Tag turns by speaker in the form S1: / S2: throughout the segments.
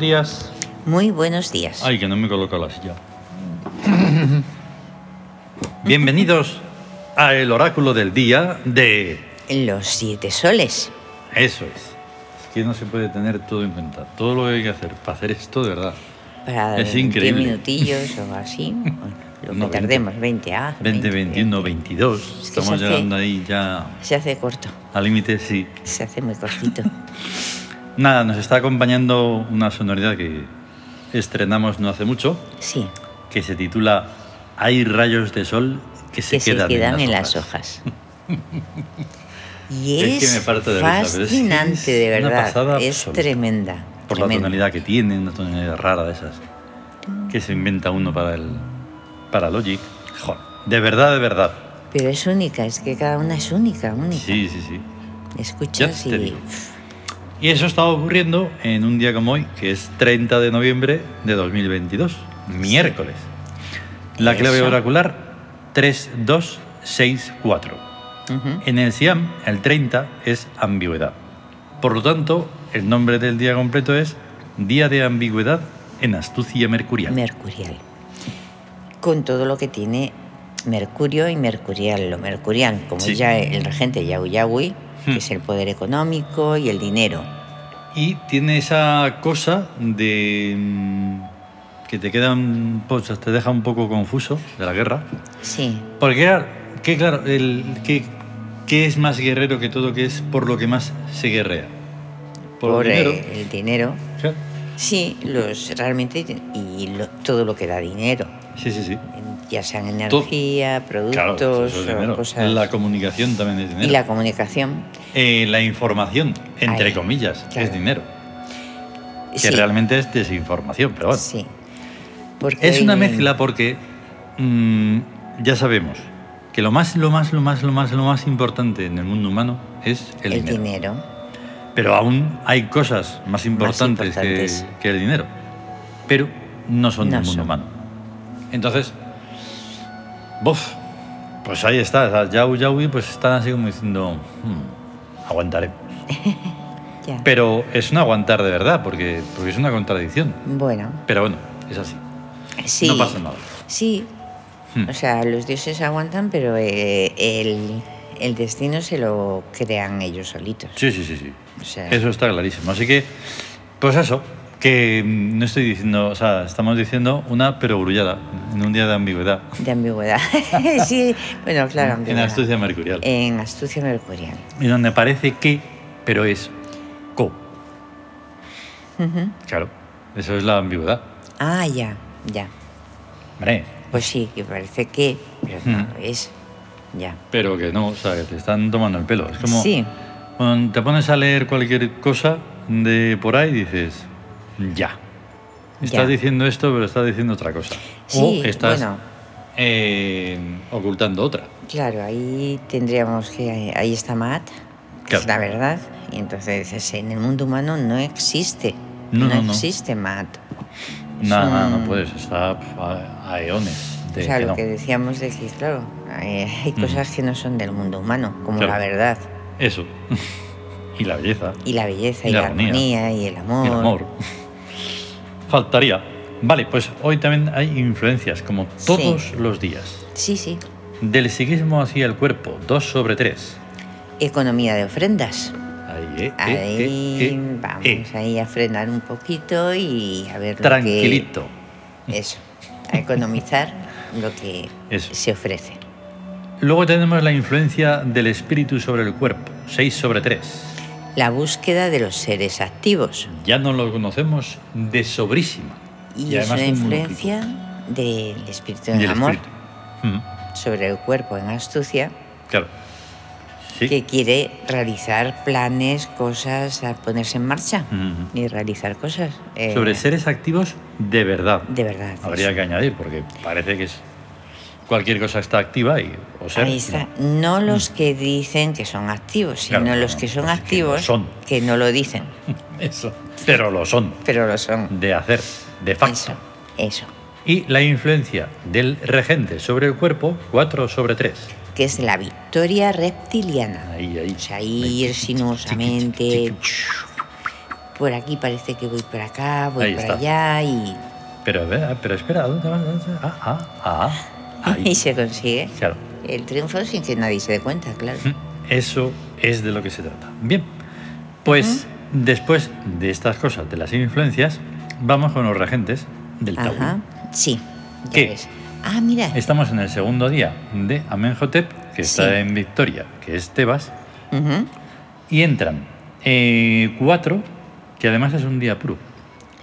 S1: días.
S2: Muy buenos días.
S1: Ay, que no me coloco la silla. Bienvenidos a el oráculo del día de...
S2: Los siete soles.
S1: Eso es. Es que no se puede tener todo en cuenta. Todo lo que hay que hacer para hacer esto, de verdad.
S2: Para
S1: Es
S2: 10
S1: increíble.
S2: minutillos o así. Bueno, lo
S1: No,
S2: que
S1: 20.
S2: tardemos, 20 ah,
S1: 20, 21, 22.
S2: Es que
S1: Estamos
S2: se hace-
S1: llegando ahí ya
S2: Se hace corto,
S1: al límite, sí.
S2: se hace muy cortito.
S1: Nada, nos está acompañando una sonoridad que estrenamos no hace mucho,
S2: Sí,
S1: que se titula Hay rayos de sol que se
S2: que se
S1: quedan,
S2: quedan en
S1: las
S2: las
S1: hojas.
S2: hojas. Y es,
S1: Es que me parto de risa, pero es que
S2: fascinante,
S1: es
S2: de
S1: una
S2: verdad.
S1: pasada
S2: es
S1: absoluta.
S2: tremenda.
S1: Por la
S2: tremenda.
S1: tonalidad que tiene, una tonalidad rara de esas que se inventa uno para el para Logic. Joder, de verdad, de verdad.
S2: Pero es única, es que cada una es única, única.
S1: Sí, sí, sí.
S2: Escuchas
S1: Ya te
S2: y
S1: digo. Y eso está ocurriendo en un día como hoy, que es 30 de noviembre de 2022, miércoles. La clave
S2: Eso.
S1: oracular 3264.
S2: Ujú.
S1: En el Siam, el 30 es ambigüedad. Por lo tanto, el nombre del día completo es Día de Ambigüedad en Astucia Mercurial.
S2: mercurial. Con todo lo que tiene Mercurio y Mercurial, lo mercurial, como
S1: Sí.
S2: ya el regente Yau Yahui,
S1: Hmm.
S2: que es el poder económico y el dinero.
S1: Y tiene esa cosa de mm, que te quedan, pues, te deja un poco confuso de la guerra.
S2: Sí,
S1: Porque claro, que claro, el que, que es más guerrero que todo, que es por lo que más se guerrea. Por,
S2: por,
S1: el dinero.
S2: eh, el dinero.
S1: claro.
S2: Sí, los realmente y lo- todo lo que da dinero,
S1: Sí, sí, sí.
S2: en- ya sean energía,
S1: Claro, eso es
S2: productos,
S1: dinero.
S2: o cosas
S1: La comunicación también es
S2: y
S1: dinero.
S2: la comunicación.
S1: Eh, la información, entre
S2: Ahí,
S1: comillas,
S2: claro.
S1: es dinero. Que
S2: sí,
S1: realmente es desinformación, pero bueno.
S2: sí. Porque
S1: Es una
S2: hay-
S1: mezcla porque mm, ya sabemos que lo más, lo más, lo más, lo más, lo más importante en el mundo humano es el,
S2: el,
S1: dinero.
S2: dinero.
S1: Pero aún hay cosas más importantes, que-
S2: importantes.
S1: Que, el dinero. Pero no son
S2: No
S1: del mundo
S2: son.
S1: humano. Entonces, bof, pues ahí está. o sea, Yau Yaui pues están así como diciendo, "Hmm, aguantaré.
S2: ya.
S1: Pero es un aguantar de verdad, porque, porque es una contradicción.
S2: Bueno,
S1: Pero bueno, es así.
S2: sí.
S1: No pasa nada.
S2: Sí,
S1: Hmm.
S2: o sea, los dioses aguantan, pero eh, el, el destino se lo crean ellos solitos.
S1: Sí, sí, sí, sí.
S2: O sea,
S1: Eso está clarísimo. Así que, pues eso, que mm, no estoy diciendo, o sea, estamos diciendo una perogrullada en un día de ambigüedad.
S2: de ambigüedad. sí, bueno, claro,
S1: en
S2: ambigüedad. Eh.
S1: astucia mercurial.
S2: En astucia mercurial.
S1: Y donde parece que, pero es co.
S2: Ujú.
S1: Claro, eso es la ambigüedad.
S2: Ah, ya, ya.
S1: Hombre,
S2: Pues sí, que parece que, pero no
S1: Hmm.
S2: lo es. Ya.
S1: pero que no, o sea, que te están tomando el pelo. Es como
S2: Sí,
S1: cuando te pones a leer cualquier cosa de por ahí dices, ya. Estás
S2: Ya.
S1: diciendo esto, pero estás diciendo otra cosa.
S2: Sí,
S1: o estás
S2: bueno.
S1: eh, ocultando otra.
S2: claro, ahí tendríamos que. Ahí está Matt, que es
S1: Claro.
S2: la verdad. Y entonces dices, en el mundo humano no existe.
S1: No, no, no.
S2: existe Matt. Es
S1: Nada, nada, no
S2: un-
S1: puedes. Está pf, a, a eones. De
S2: o sea,
S1: que
S2: lo
S1: no. Mm.
S2: que decíamos de que, claro, eh, hay cosas que no son del mundo humano, como
S1: Claro.
S2: la verdad
S1: Eso. y la belleza.
S2: y la belleza
S1: Y
S2: y,
S1: la
S2: la,
S1: armonía.
S2: armonía, y el amor.
S1: El amor. Faltaría. Vale, pues hoy también hay influencias, como todos los días.
S2: Sí, sí.
S1: Del psiquismo hacia el cuerpo, 2 sobre 3.
S2: Economía de ofrendas.
S1: Ahí, eh, eh,
S2: Ahí
S1: eh, eh,
S2: vamos
S1: eh.
S2: ahí a frenar un poquito y a ver lo que-
S1: Tranquilito.
S2: eso. A economizar lo que
S1: Eso.
S2: se ofrece.
S1: Luego tenemos la influencia del espíritu sobre el cuerpo, 6 sobre 3.
S2: La búsqueda de los seres activos.
S1: Ya no lo conocemos de sobrísima.
S2: Y,
S1: además
S2: es una
S1: con
S2: influencia del espíritu
S1: multitud.
S2: del
S1: Del
S2: amor
S1: espíritu. Mm,
S2: sobre el cuerpo en astucia.
S1: claro. Sí.
S2: que quiere realizar planes, cosas, a ponerse en marcha
S1: Ujú.
S2: y realizar cosas. eh,
S1: Mm. Sobre seres activos de verdad.
S2: De verdad.
S1: Habría
S2: eso.
S1: que añadir, porque parece que es cualquier cosa está activa y o ser.
S2: Ahí está. No los que dicen que son activos, sino
S1: Mm. Claro,
S2: los
S1: no,
S2: que son
S1: los que
S2: activos
S1: lo son.
S2: que no lo dicen,
S1: no. Eso. Pero lo son.
S2: pero lo son.
S1: De hacer, de facto.
S2: Eso, eso.
S1: Y la influencia del regente sobre el cuerpo, 4 sobre 3.
S2: Que es la victoria reptiliana.
S1: Ahí, ahí.
S2: O sea, ir sinuosamente, por aquí parece que voy para acá, voy
S1: Ahí
S2: para
S1: está.
S2: allá y,
S1: Pero, a ver, pero espera, ¿a ¿dónde vas? Ah, ah, ah.
S2: y
S1: Ahí.
S2: se consigue
S1: Claro.
S2: el triunfo sin que nadie se dé cuenta, claro.
S1: Mm. Eso es de lo que se trata. Bien, pues después de estas cosas, de las influencias, vamos con los regentes del Tao.
S2: Ajá, sí, ya
S1: ¿Qué?
S2: ves. Ah, mira,
S1: Estamos en el segundo día de Amenhotep, que está
S2: Sí.
S1: en Victoria, que es Tebas,
S2: ujú,
S1: y entran eh, cuatro, que además es un día puro.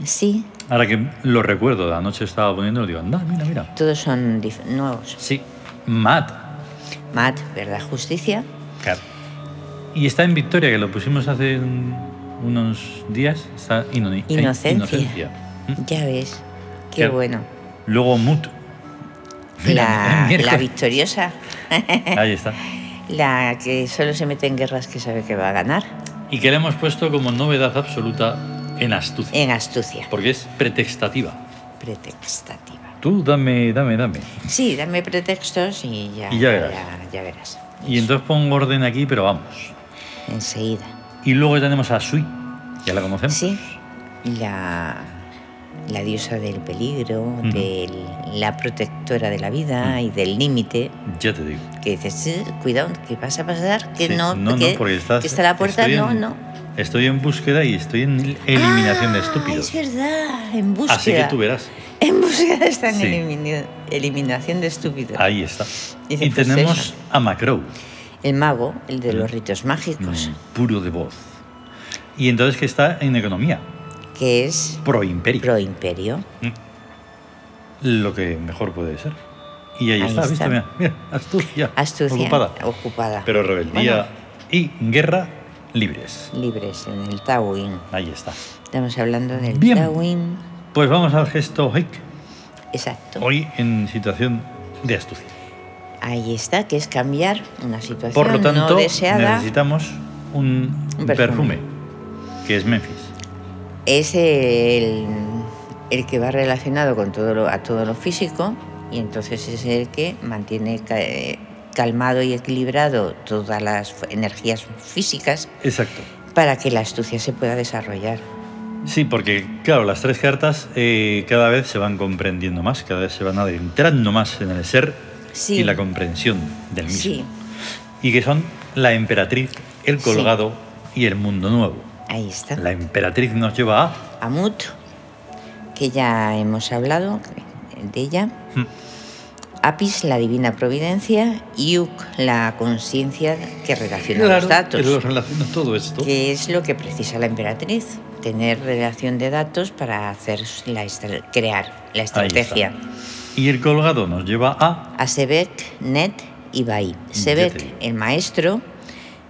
S2: sí,
S1: Ahora que lo recuerdo, de anoche estaba poniendo, digo, anda, mira, mira.
S2: todos son dif- nuevos.
S1: Sí, Matt.
S2: Matt, ¿verdad? Justicia.
S1: Claro. Y está en Victoria, que lo pusimos hace un- unos días, está Inoni- eh,
S2: Inocencia.
S1: Mm.
S2: Ya ves, qué
S1: Claro.
S2: bueno.
S1: Luego Mut. Mira,
S2: La,
S1: miércoles.
S2: la victoriosa,
S1: Ahí está.
S2: la que solo se mete en guerras que sabe que va a ganar,
S1: Y que le hemos puesto como novedad absoluta en astucia.
S2: en astucia,
S1: Porque es pretextativa.
S2: pretextativa.
S1: Tú dame, dame, dame.
S2: Sí, dame pretextos y ya,
S1: Y ya verás.
S2: ya- ya verás.
S1: Y entonces pongo orden aquí, pero vamos.
S2: Enseguida.
S1: Y luego tenemos a Sui. Ya la conocemos.
S2: Sí, la, la diosa del peligro, de la protectora de la vida y del límite.
S1: Ya te digo.
S2: Que dices, "Sí, cuidado, que vas a pasar, que
S1: Sí.
S2: no,
S1: no,
S2: que,
S1: porque estás,
S2: que está la puerta,
S1: estoy
S2: no,
S1: en-
S2: no.
S1: Estoy en búsqueda y estoy en eliminación de
S2: Ah,
S1: estúpidos.
S2: Es verdad, en búsqueda.
S1: Así que tú verás.
S2: En búsqueda está en
S1: Sí.
S2: elimini- eliminación de estúpidos.
S1: Ahí está.
S2: Dice,
S1: y
S2: pues
S1: tenemos
S2: eso.
S1: a Macrow, mm,
S2: El mago, el de los ritos mágicos,
S1: puro de voz. Y entonces que está en economía,
S2: que es
S1: Mm. pro imperio,
S2: pro imperio.
S1: lo que mejor puede ser. Y ahí,
S2: Ahí
S1: está, ¿viste?
S2: está.
S1: Mira, mira, astucia,
S2: Astucia.
S1: ocupada,
S2: ocupada.
S1: pero rebeldía y guerra libres.
S2: Libres en el Tawin.
S1: Ahí está.
S2: Estamos hablando del
S1: Bien.
S2: Tawin.
S1: Pues vamos al gesto Hic,
S2: Exacto.
S1: hoy en situación de astucia.
S2: Ahí está, que es cambiar una situación
S1: Por lo tanto,
S2: no deseada.
S1: necesitamos un
S2: Un
S1: perfume,
S2: perfume.
S1: que es Memphis.
S2: Es el, el que va relacionado con todo lo, a todo lo físico y entonces es el que mantiene ca- eh, calmado y equilibrado todas las fu- energías físicas
S1: Exacto.
S2: para que la astucia se pueda desarrollar.
S1: Sí, porque claro, las tres cartas eh, cada vez se van comprendiendo más, cada vez se van adentrando más en el ser
S2: Sí.
S1: y la comprensión del mismo.
S2: Sí,
S1: Y que son la emperatriz, el
S2: Sí.
S1: colgado y el mundo nuevo.
S2: ahí está.
S1: La emperatriz nos lleva a...
S2: Amut, que ya hemos hablado de ella.
S1: Mm.
S2: Apis, la divina providencia. Yuk, la conciencia que relaciona los datos.
S1: que lo relaciona todo esto.
S2: que es lo que precisa la emperatriz, tener relación de datos para hacer la estra- crear
S1: Ahí
S2: la
S1: está.
S2: estrategia.
S1: Y el colgado nos lleva a...
S2: A Sebek, Net y
S1: te
S2: Bai.
S1: digo.
S2: Sebek, el maestro,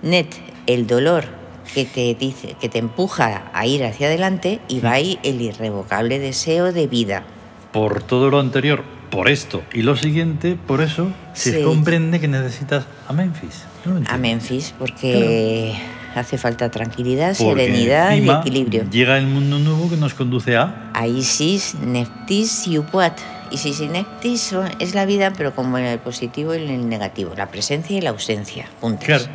S2: Net, el dolor que te dice, que te empuja a ir hacia adelante
S1: Mm.
S2: y Bai, el irrevocable deseo de vida.
S1: Por todo lo anterior, por esto y lo siguiente, por eso se
S2: Sí.
S1: comprende que necesitas a Memphis. Yo no lo
S2: A
S1: entiendo.
S2: Memphis, porque hace falta tranquilidad,
S1: Porque
S2: serenidad y
S1: encima
S2: equilibrio.
S1: Llega el mundo nuevo que nos conduce a...
S2: a Isis, Neftis y Upuat. Isis y Neftis son- es la vida, pero como en el positivo y en el negativo, la presencia y la ausencia juntas.
S1: Claro.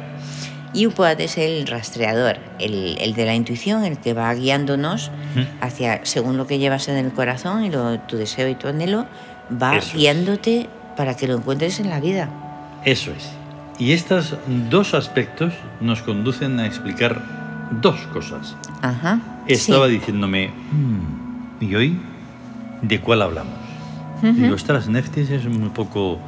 S2: Y Upuat es el rastreador, el, el de la intuición, el que va guiándonos
S1: Ujú.
S2: hacia, según lo que llevas en el corazón y lo- tu deseo y tu anhelo, va
S1: Eso es.
S2: guiándote para que lo encuentres en la vida.
S1: Eso es. Y estos dos aspectos nos conducen a explicar dos cosas.
S2: Ajá.
S1: Estaba
S2: sí.
S1: diciéndome, "Mm, ¿y hoy de cuál hablamos? Digo, ostras, Neftis es muy poco...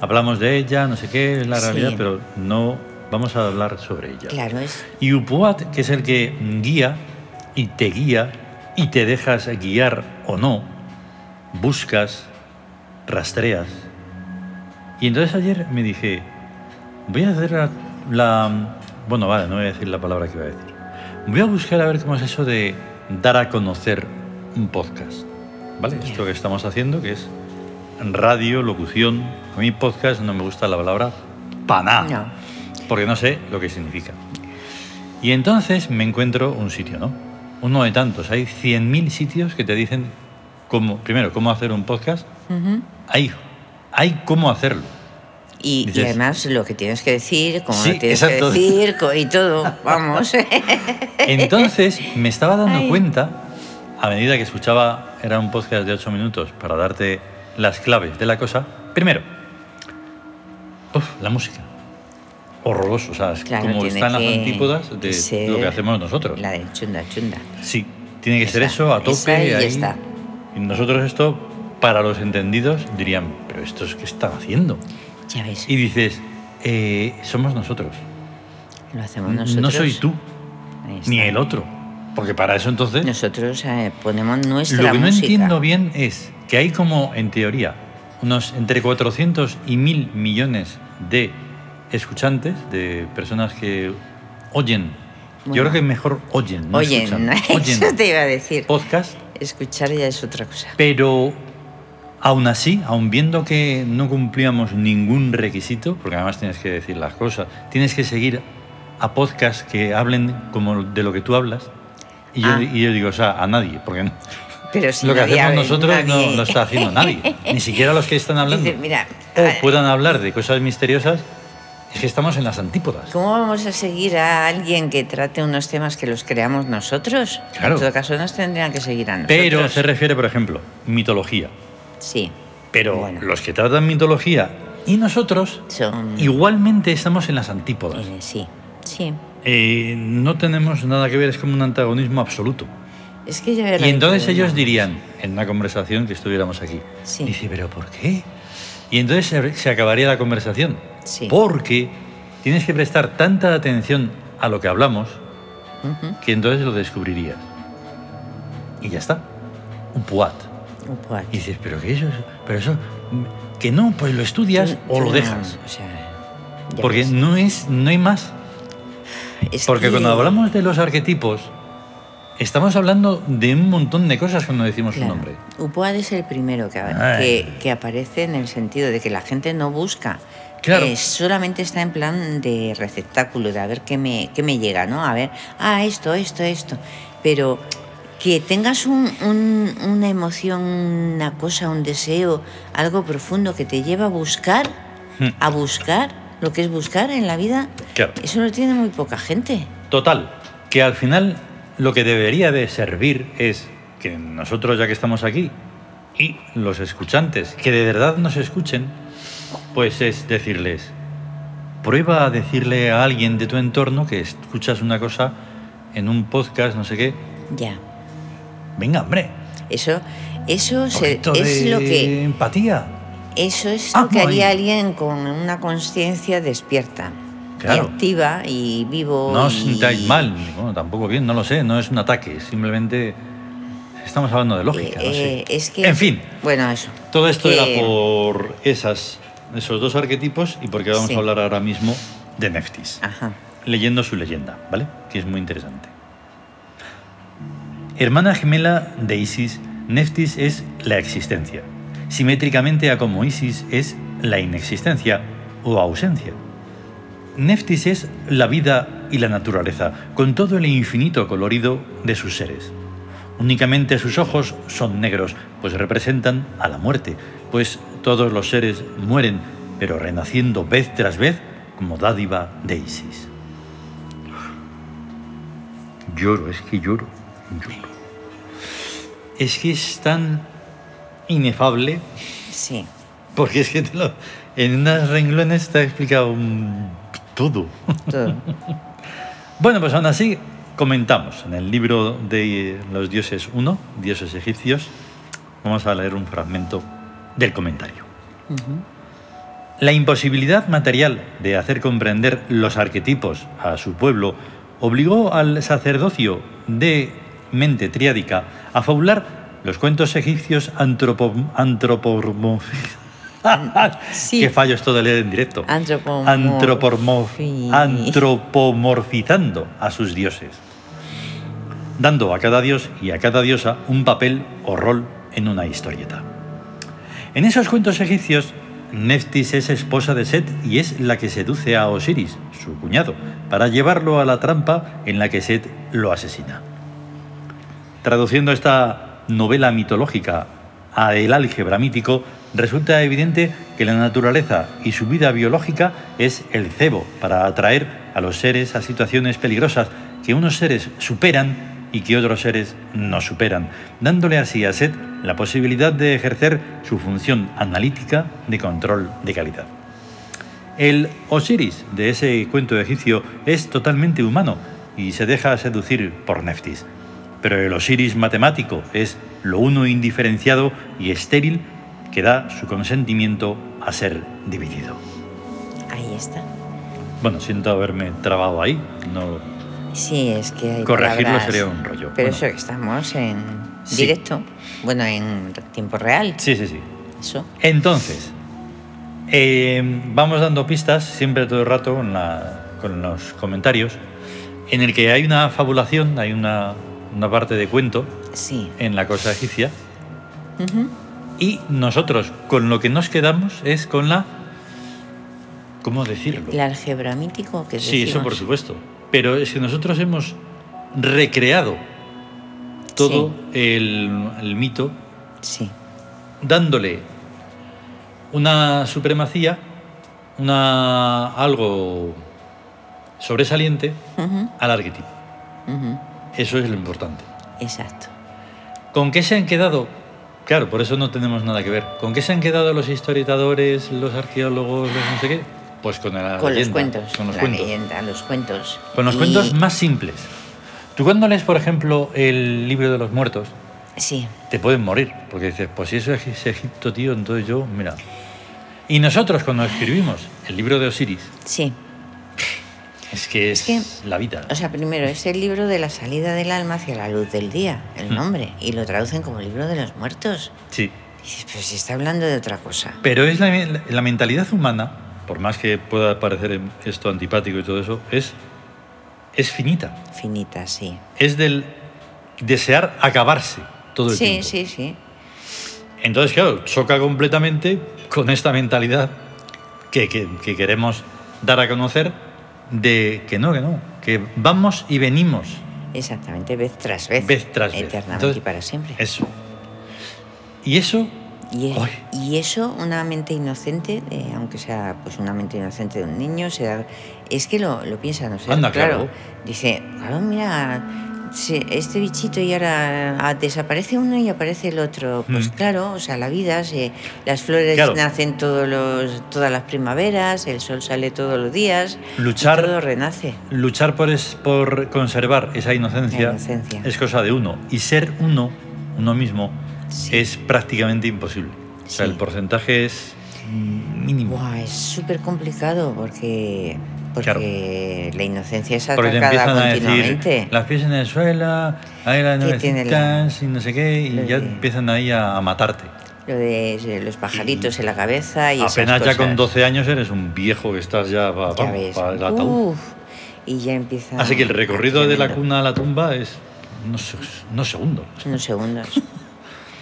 S1: Hablamos de ella, no sé qué, es la
S2: Sí.
S1: realidad, pero no vamos a hablar sobre ella.
S2: Claro, es
S1: Y Upuat, que es el que guía y te guía y te dejas guiar o no, buscas, rastreas. Y entonces ayer me dije, voy a hacer la, la- Bueno, vale, no voy a decir la palabra que iba a decir. Voy a buscar a ver cómo es eso de dar a conocer un podcast. ¿Vale?
S2: Ya.
S1: Esto que estamos haciendo, que es radio, locución. A mí podcast no me gusta la palabra paná
S2: No.
S1: porque no sé lo que significa. Y entonces me encuentro un sitio, ¿no? Uno de tantos. Hay 100.000 sitios que te dicen, cómo, primero, cómo hacer un podcast.
S2: Ujú.
S1: Hay, hay cómo hacerlo.
S2: Y,
S1: Dices-
S2: y además lo que tienes que decir, cómo
S1: Sí,
S2: lo tienes
S1: exacto.
S2: que decir co- y todo, vamos.
S1: Entonces me estaba dando
S2: Ay.
S1: cuenta, a medida que escuchaba, era un podcast de 8 minutos para darte las claves de la cosa. Primero, uf, la música. Horroroso, o sea, es
S2: Claro,
S1: como
S2: tiene
S1: están las
S2: que-
S1: antípodas
S2: que
S1: de
S2: ser
S1: lo que hacemos nosotros.
S2: La de chunda, chunda.
S1: Sí, tiene que ser
S2: Esa,
S1: eso a tope.
S2: esa y ya
S1: ahí.
S2: está.
S1: Y nosotros esto, para los entendidos, dirían, pero estos qué están haciendo.
S2: Ya ves,
S1: Y dices, "Eh, somos nosotros.
S2: lo hacemos nosotros.
S1: No soy tú,
S2: Ahí está.
S1: ni el otro. Porque para eso entonces
S2: Nosotros eh, ponemos nuestra
S1: Lo que no
S2: música.
S1: entiendo bien es que hay como, en teoría, unos entre 400 y 1000 millones de escuchantes, de personas que oyen. Yo
S2: Bueno.
S1: creo que mejor oyen, no
S2: Oye,
S1: escuchan.
S2: eso te
S1: Oyen
S2: iba a decir.
S1: podcast,
S2: Escuchar ya es otra cosa.
S1: pero aún así, aún viendo que no cumplíamos ningún requisito, porque además tienes que decir las cosas, tienes que seguir a podcasts que hablen como de lo que tú hablas. Y yo,
S2: Ah.
S1: y yo digo, o sea, a nadie, porque no,
S2: Pero si
S1: lo que
S2: nadie
S1: hacemos
S2: habla-
S1: nosotros no
S2: nadie-
S1: lo está haciendo nadie, ni siquiera los que están hablando.
S2: Dice, mira,
S1: o puedan hablar de cosas misteriosas, es que estamos en las antípodas.
S2: ¿Cómo vamos a seguir a alguien que trate unos temas que los creamos nosotros?
S1: Claro.
S2: En todo caso, nos tendrían que seguir a nosotros.
S1: Pero se refiere, por ejemplo, mitología.
S2: Sí.
S1: Pero
S2: Bueno.
S1: los que tratan mitología y nosotros
S2: Son...
S1: igualmente estamos en las antípodas.
S2: Eh, Sí, sí.
S1: Eh, no tenemos nada que ver, es como un antagonismo absoluto.
S2: Es que ya verás
S1: Y entonces
S2: que-
S1: ellos dirían, en una conversación que estuviéramos aquí,
S2: Sí.
S1: dice, pero ¿por qué? Y entonces se, se acabaría la conversación.
S2: Sí.
S1: Porque tienes que prestar tanta atención a lo que hablamos
S2: Ujú.
S1: que entonces lo descubrirías. Y ya está. Un puat.
S2: Un poco.
S1: Y dices, pero que eso, es- pero eso, mm, que no, pues lo estudias o lo
S2: No,
S1: dejas.
S2: o sea, ya
S1: Porque
S2: ves.
S1: no es, no hay más.
S2: Es
S1: Porque
S2: que-
S1: cuando hablamos de los arquetipos, estamos hablando de un montón de cosas cuando decimos
S2: Claro.
S1: un nombre.
S2: Upoad es el primero que,
S1: Ay.
S2: que, que aparece en el sentido de que la gente no busca.
S1: Claro.
S2: Eh, solamente está en plan de receptáculo, de a ver qué me, qué me llega, ¿no? A ver, ah, esto, esto, esto. Pero que tengas un- un- una emoción, una cosa, un deseo, algo profundo que te lleva a buscar,
S1: Hmm.
S2: a buscar lo que es buscar en la vida,
S1: Claro.
S2: eso lo tiene muy poca gente.
S1: Total, que al final lo que debería de servir es que nosotros ya que estamos aquí y los escuchantes que de verdad nos escuchen, pues es decirles, prueba a decirle a alguien de tu entorno que escuchas una cosa en un podcast, no sé qué,
S2: Ya.
S1: venga, hombre,
S2: Eso, eso se-
S1: poquito
S2: es
S1: de
S2: lo que.
S1: empatía.
S2: Eso es
S1: Ah,
S2: lo que haría
S1: muy-
S2: alguien con una conciencia despierta.
S1: Claro.
S2: Y activa y vivo.
S1: No os
S2: y-
S1: sintáis mal, bueno, tampoco bien, no lo sé, no es un ataque, simplemente estamos hablando de lógica, no sé.
S2: Eh, eh, es que-
S1: En fin.
S2: Bueno, eso. Eh,
S1: Todo esto
S2: Que-
S1: era por esas, esos dos arquetipos y porque vamos
S2: Sí.
S1: a hablar ahora mismo de Neftis,
S2: Ajá.
S1: leyendo su leyenda, ¿vale? Que es muy interesante. Hermana gemela de Isis, Neftis es la existencia, simétricamente a como Isis es la inexistencia o ausencia. Neftis es la vida y la naturaleza, con todo el infinito colorido de sus seres. Únicamente sus ojos son negros, pues representan a la muerte, pues todos los seres mueren, pero renaciendo vez tras vez como dádiva de Isis. Lloro, es que lloro, lloro. Es que es tan inefable,
S2: Sí.
S1: porque es que te lo- en unos renglones te ha explicado mm, todo.
S2: Todo.
S1: Bueno, pues aún así comentamos en el libro de los dioses 1, dioses egipcios, vamos a leer un fragmento del comentario.
S2: Ujú.
S1: La imposibilidad material de hacer comprender los arquetipos a su pueblo obligó al sacerdocio de mente triádica a fabular los cuentos egipcios antropo, antropomorfi-
S2: Sí.
S1: Qué fallo esto de leer en directo.
S2: Antropomorfi-
S1: Antropomorf- Antropomorfizando a sus dioses. Dando a cada dios y a cada diosa un papel o rol en una historieta. En esos cuentos egipcios, Neftis es esposa de Set y es la que seduce a Osiris, su cuñado, para llevarlo a la trampa en la que Set lo asesina. Traduciendo esta novela mitológica al álgebra mítico, resulta evidente que la naturaleza y su vida biológica es el cebo para atraer a los seres a situaciones peligrosas que unos seres superan y que otros seres no superan, dándole así a Seth la posibilidad de ejercer su función analítica de control de calidad. El Osiris de ese cuento egipcio es totalmente humano y se deja seducir por Neftis, pero el Osiris matemático es lo uno indiferenciado y estéril que da su consentimiento a ser dividido.
S2: Ahí está.
S1: Bueno, siento haberme trabado ahí, no
S2: Sí, es que hay
S1: corregirlo
S2: palabras-
S1: sería un rollo. Bueno,
S2: Pero eso que estamos en
S1: Sí.
S2: directo, bueno, en tiempo real.
S1: Sí, sí, sí.
S2: Eso.
S1: Entonces, eh, vamos dando pistas siempre todo el rato con, la- con los comentarios, en el que hay una fabulación, hay una, una parte de cuento
S2: Sí.
S1: en la cosa egipcia,
S2: Ujú.
S1: y nosotros con lo que nos quedamos es con la... ¿Cómo decirlo?
S2: El álgebra mítico que
S1: sí, eso
S2: decimos.
S1: por supuesto. Pero es que nosotros hemos recreado todo el- el mito
S2: Sí.
S1: dándole una supremacía, una algo sobresaliente
S2: Ujú,
S1: al arquetipo.
S2: ujú.
S1: Eso es lo importante.
S2: Exacto.
S1: ¿Con qué se han quedado? Claro, por eso no tenemos nada que ver. ¿Con qué se han quedado los historiadores, los arqueólogos, los no sé qué? Pues con la
S2: Con los
S1: leyenda,
S2: cuentos.
S1: Con los
S2: la
S1: cuentos.
S2: leyenda, los cuentos.
S1: Con los
S2: Y-
S1: cuentos más simples. Tú cuando lees, por ejemplo, el libro de los muertos,
S2: Sí.
S1: te pueden morir. Porque dices, pues si eso es es Egipto, tío, entonces yo, mira. Y nosotros cuando escribimos el libro de Osiris,
S2: Sí.
S1: es que es,
S2: Es
S1: la vida.
S2: O sea, primero es el libro de la salida del alma hacia la luz del día, el
S1: Mm.
S2: nombre, y lo traducen como libro de los muertos.
S1: Sí.
S2: Dices, pero si está hablando de otra cosa.
S1: Pero es la, la mentalidad humana, por más que pueda parecer esto antipático y todo eso, es, es finita.
S2: Finita, sí.
S1: Es del desear acabarse todo el
S2: sí,
S1: tiempo.
S2: sí, sí.
S1: Entonces, claro, choca completamente con esta mentalidad que, que- que queremos dar a conocer de que no, que no, que vamos y venimos
S2: Exactamente, vez tras vez.
S1: vez tras vez.
S2: Eternamente
S1: Entonces,
S2: y para siempre.
S1: Eso. Y eso,
S2: Y,
S1: Ay.
S2: y eso, una mente inocente, eh, aunque sea pues una mente inocente de un niño, se da- es que lo, lo piensa, no sé.
S1: Anda, claro.
S2: Dice, claro, mira, se- este bichito y ahora ah, desaparece uno y aparece el otro. Pues
S1: Mm.
S2: claro, o sea, la vida, se- las flores
S1: Claro.
S2: nacen todos los, todas las primaveras, el sol sale todos los días, y
S1: Luchar-
S2: todo renace.
S1: luchar por, es, por conservar esa inocencia,
S2: La inocencia.
S1: es cosa de uno. Y ser uno, uno mismo,
S2: Sí.
S1: es prácticamente imposible. O sea,
S2: Sí.
S1: el porcentaje es mm, mínimo.
S2: Buah, es súper complicado porque, porque la inocencia es
S1: Porque te
S2: atacada
S1: empiezan a
S2: continuamente.
S1: decir las pies en el suelo, ahí las
S2: ¿Qué tiene
S1: nuevecitas y no sé qué,
S2: lo
S1: y ya
S2: de-
S1: empiezan ahí a, a matarte.
S2: Lo de eh, los pajaritos en la cabeza y esas
S1: Apenas ya con
S2: cosas.
S1: 12 años eres un viejo que estás ya para
S2: Ya ves.
S1: el ataúd.
S2: Uf, y ya empieza.
S1: Así que el recorrido de la
S2: tremendo.
S1: cuna a la tumba es unos, se- unos segundos.
S2: Unos segundos.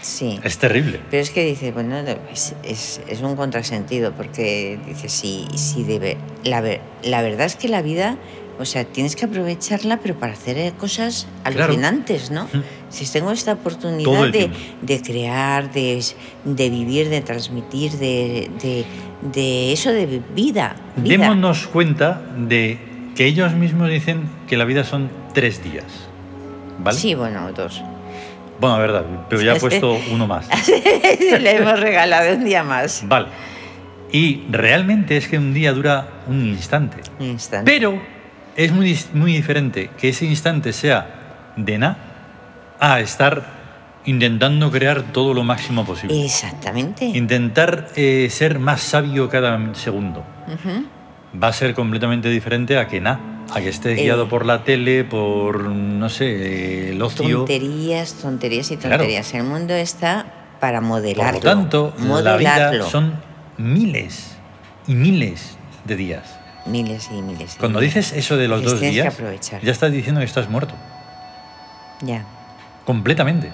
S2: Sí.
S1: Es terrible.
S2: Pero es que dice, bueno, es, es- es un contrasentido porque dice, sí, sí debe. La, ver- la verdad es que la vida, o sea, tienes que aprovecharla, pero para hacer eh, cosas
S1: Claro.
S2: alucinantes,
S1: Mm.
S2: ¿no? Si tengo esta
S1: Todo
S2: oportunidad
S1: el
S2: de,
S1: tiempo.
S2: de crear, de, s- de vivir, de transmitir, de, de, de eso de vi- vida. vida.
S1: Démonos cuenta de que ellos mismos dicen que la vida son tres días. ¿Vale?
S2: Sí, bueno, dos.
S1: Bueno, la verdad, pero ya he puesto uno más.
S2: Le hemos regalado un día más.
S1: Vale. Y realmente es que un día dura un instante.
S2: Un instante.
S1: Pero es muy, dis- muy diferente que ese instante sea de nada a estar intentando crear todo lo máximo posible.
S2: Exactamente.
S1: Intentar eh, ser más sabio cada segundo.
S2: Ujú.
S1: Va a ser completamente diferente a que nada. A que estés
S2: Eh.
S1: guiado por la tele, por, no sé, el ocio.
S2: Tonterías, tonterías y
S1: Claro.
S2: tonterías. El mundo está para
S1: Por lo
S2: modelarlo.
S1: tanto, la vida
S2: modelarlo.
S1: son miles y miles de días.
S2: miles y miles. y
S1: Cuando
S2: miles.
S1: dices eso de los
S2: Pues
S1: dos
S2: tienes que
S1: días,
S2: aprovechar.
S1: ya estás diciendo que estás muerto.
S2: Ya.
S1: Completamente.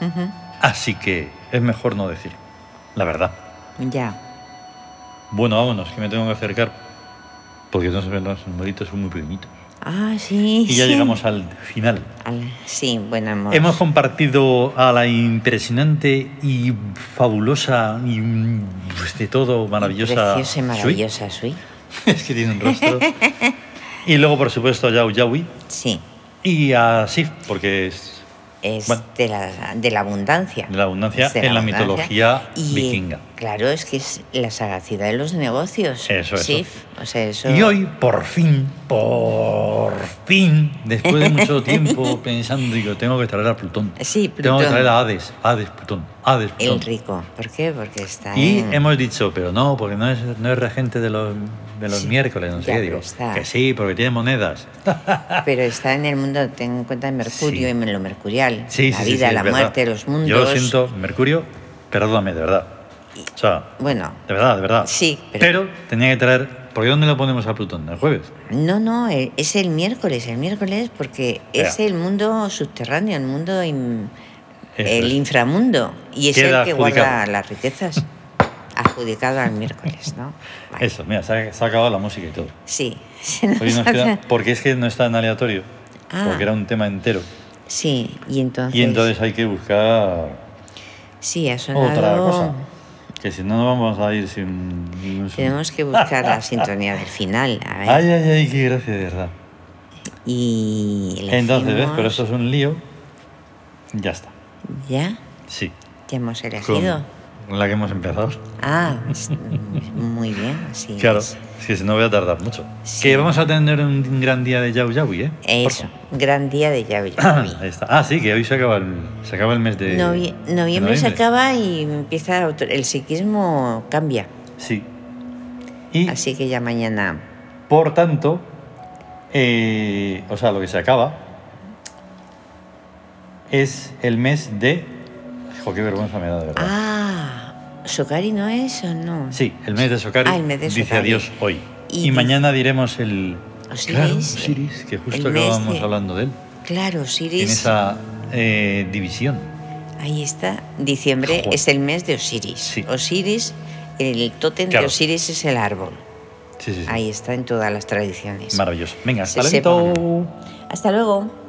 S2: Ujú.
S1: Así que es mejor no decir. La verdad.
S2: Ya.
S1: Bueno, vámonos, que me tengo que acercar. Porque no se ven los numeritos son muy pequeñitos.
S2: Ah, sí.
S1: Y ya
S2: sí.
S1: llegamos al final.
S2: Al- Sí, buen amor.
S1: Hemos compartido a la impresionante y fabulosa y mm, de todo maravillosa.
S2: Preciosa y
S1: Sui.
S2: maravillosa, Sui.
S1: es que tiene un rostro. y luego, por supuesto, a Yao Yawi
S2: Sí.
S1: y a Sif, porque es
S2: Es
S1: Bueno.
S2: de, la, de la abundancia.
S1: de la abundancia
S2: Es de
S1: en la
S2: abundancia.
S1: mitología
S2: Y,
S1: vikinga.
S2: Claro, es que es la sagacidad de los negocios.
S1: Eso, eso.
S2: Sí, o sea, eso.
S1: Y hoy, por fin, por fin, después de mucho tiempo pensando, digo, tengo que traer a Plutón.
S2: Sí,
S1: Tengo que
S2: Plutón.
S1: traer a Hades, Hades, Plutón, Hades, Plutón.
S2: El rico. ¿Por qué? Porque está.
S1: Y
S2: en-
S1: hemos dicho, pero no, porque no es, no es regente de los, de los
S2: Sí,
S1: miércoles, no sé
S2: ya,
S1: qué.
S2: pero
S1: Digo,
S2: está.
S1: que sí, porque tiene monedas.
S2: Pero está en el mundo, ten en cuenta en Mercurio
S1: Sí.
S2: y en lo mercurial.
S1: Sí,
S2: la
S1: sí, sí,
S2: vida,
S1: sí,
S2: la
S1: es verdad.
S2: muerte, los mundos.
S1: Yo lo siento, Mercurio, perdóname, de verdad. O sea,
S2: Bueno,
S1: de verdad, de verdad.
S2: Sí, pero-
S1: Pero tenía que traer, porque ¿dónde lo ponemos a Plutón? ¿El jueves?
S2: no, no, e- es el miércoles, el miércoles porque es
S1: Ya.
S2: el mundo subterráneo, el mundo, in-
S1: Eso
S2: el
S1: es.
S2: inframundo. Y es
S1: Queda
S2: el que guarda
S1: adjudicado.
S2: las riquezas. Adjudicado al miércoles, ¿no? Vale.
S1: Eso, mira, se ha, se ha acabado la música y todo.
S2: Sí. se nos
S1: Hoy nos
S2: hace-
S1: queda- porque es que no está en aleatorio,
S2: Ah.
S1: porque era un tema entero.
S2: Sí, y entonces.
S1: Y entonces hay que buscar
S2: Sí, ha sonado.
S1: otra cosa. Que si no, nos vamos a ir sin... ningún sonido.
S2: Tenemos que buscar la sintonía del final. A ver.
S1: Ay, ay, ay, qué gracia, de verdad.
S2: Y. la
S1: Entonces, ¿ves?
S2: hacemos-
S1: Pero esto es un lío. Ya está.
S2: Ya,
S1: Sí.
S2: ya hemos
S1: Con
S2: elegido.
S1: con la que hemos empezado.
S2: Ah, es- muy bien, sí.
S1: Claro.
S2: es-
S1: Es que si no voy a tardar mucho.
S2: Sí.
S1: Que vamos a tener un gran día de Yau Yaui, ¿eh?
S2: Eso, gran día de llave.
S1: Ahí está. Ah, sí, que hoy se acaba el, se acaba el mes de.
S2: Novie-
S1: de
S2: noviembre se acaba y empieza otro- el psiquismo cambia.
S1: Sí. Y
S2: Así que ya mañana.
S1: por tanto, eh, o sea, lo que se acaba es el mes de. Jo, qué vergüenza me da de verdad.
S2: Ah, ¿Socari no es o no?
S1: Sí, el mes de Socari
S2: Ah, el mes de
S1: dice
S2: Socari.
S1: adiós hoy.
S2: Y
S1: Y,
S2: dice-
S1: mañana diremos el...
S2: Osiris,
S1: claro,
S2: eh,
S1: Osiris, que justo
S2: el mes
S1: acabamos
S2: de-
S1: hablando de él.
S2: Claro,
S1: En
S2: Osiris.
S1: esa eh, división.
S2: Ahí está. Diciembre
S1: Joder.
S2: es el mes de Osiris.
S1: Sí.
S2: Osiris, el tótem
S1: Claro.
S2: de Osiris es el árbol.
S1: Sí, sí, sí.
S2: Ahí está en todas las tradiciones.
S1: Maravilloso. Venga, hasta
S2: Se
S1: luego.
S2: sepa. Hasta luego.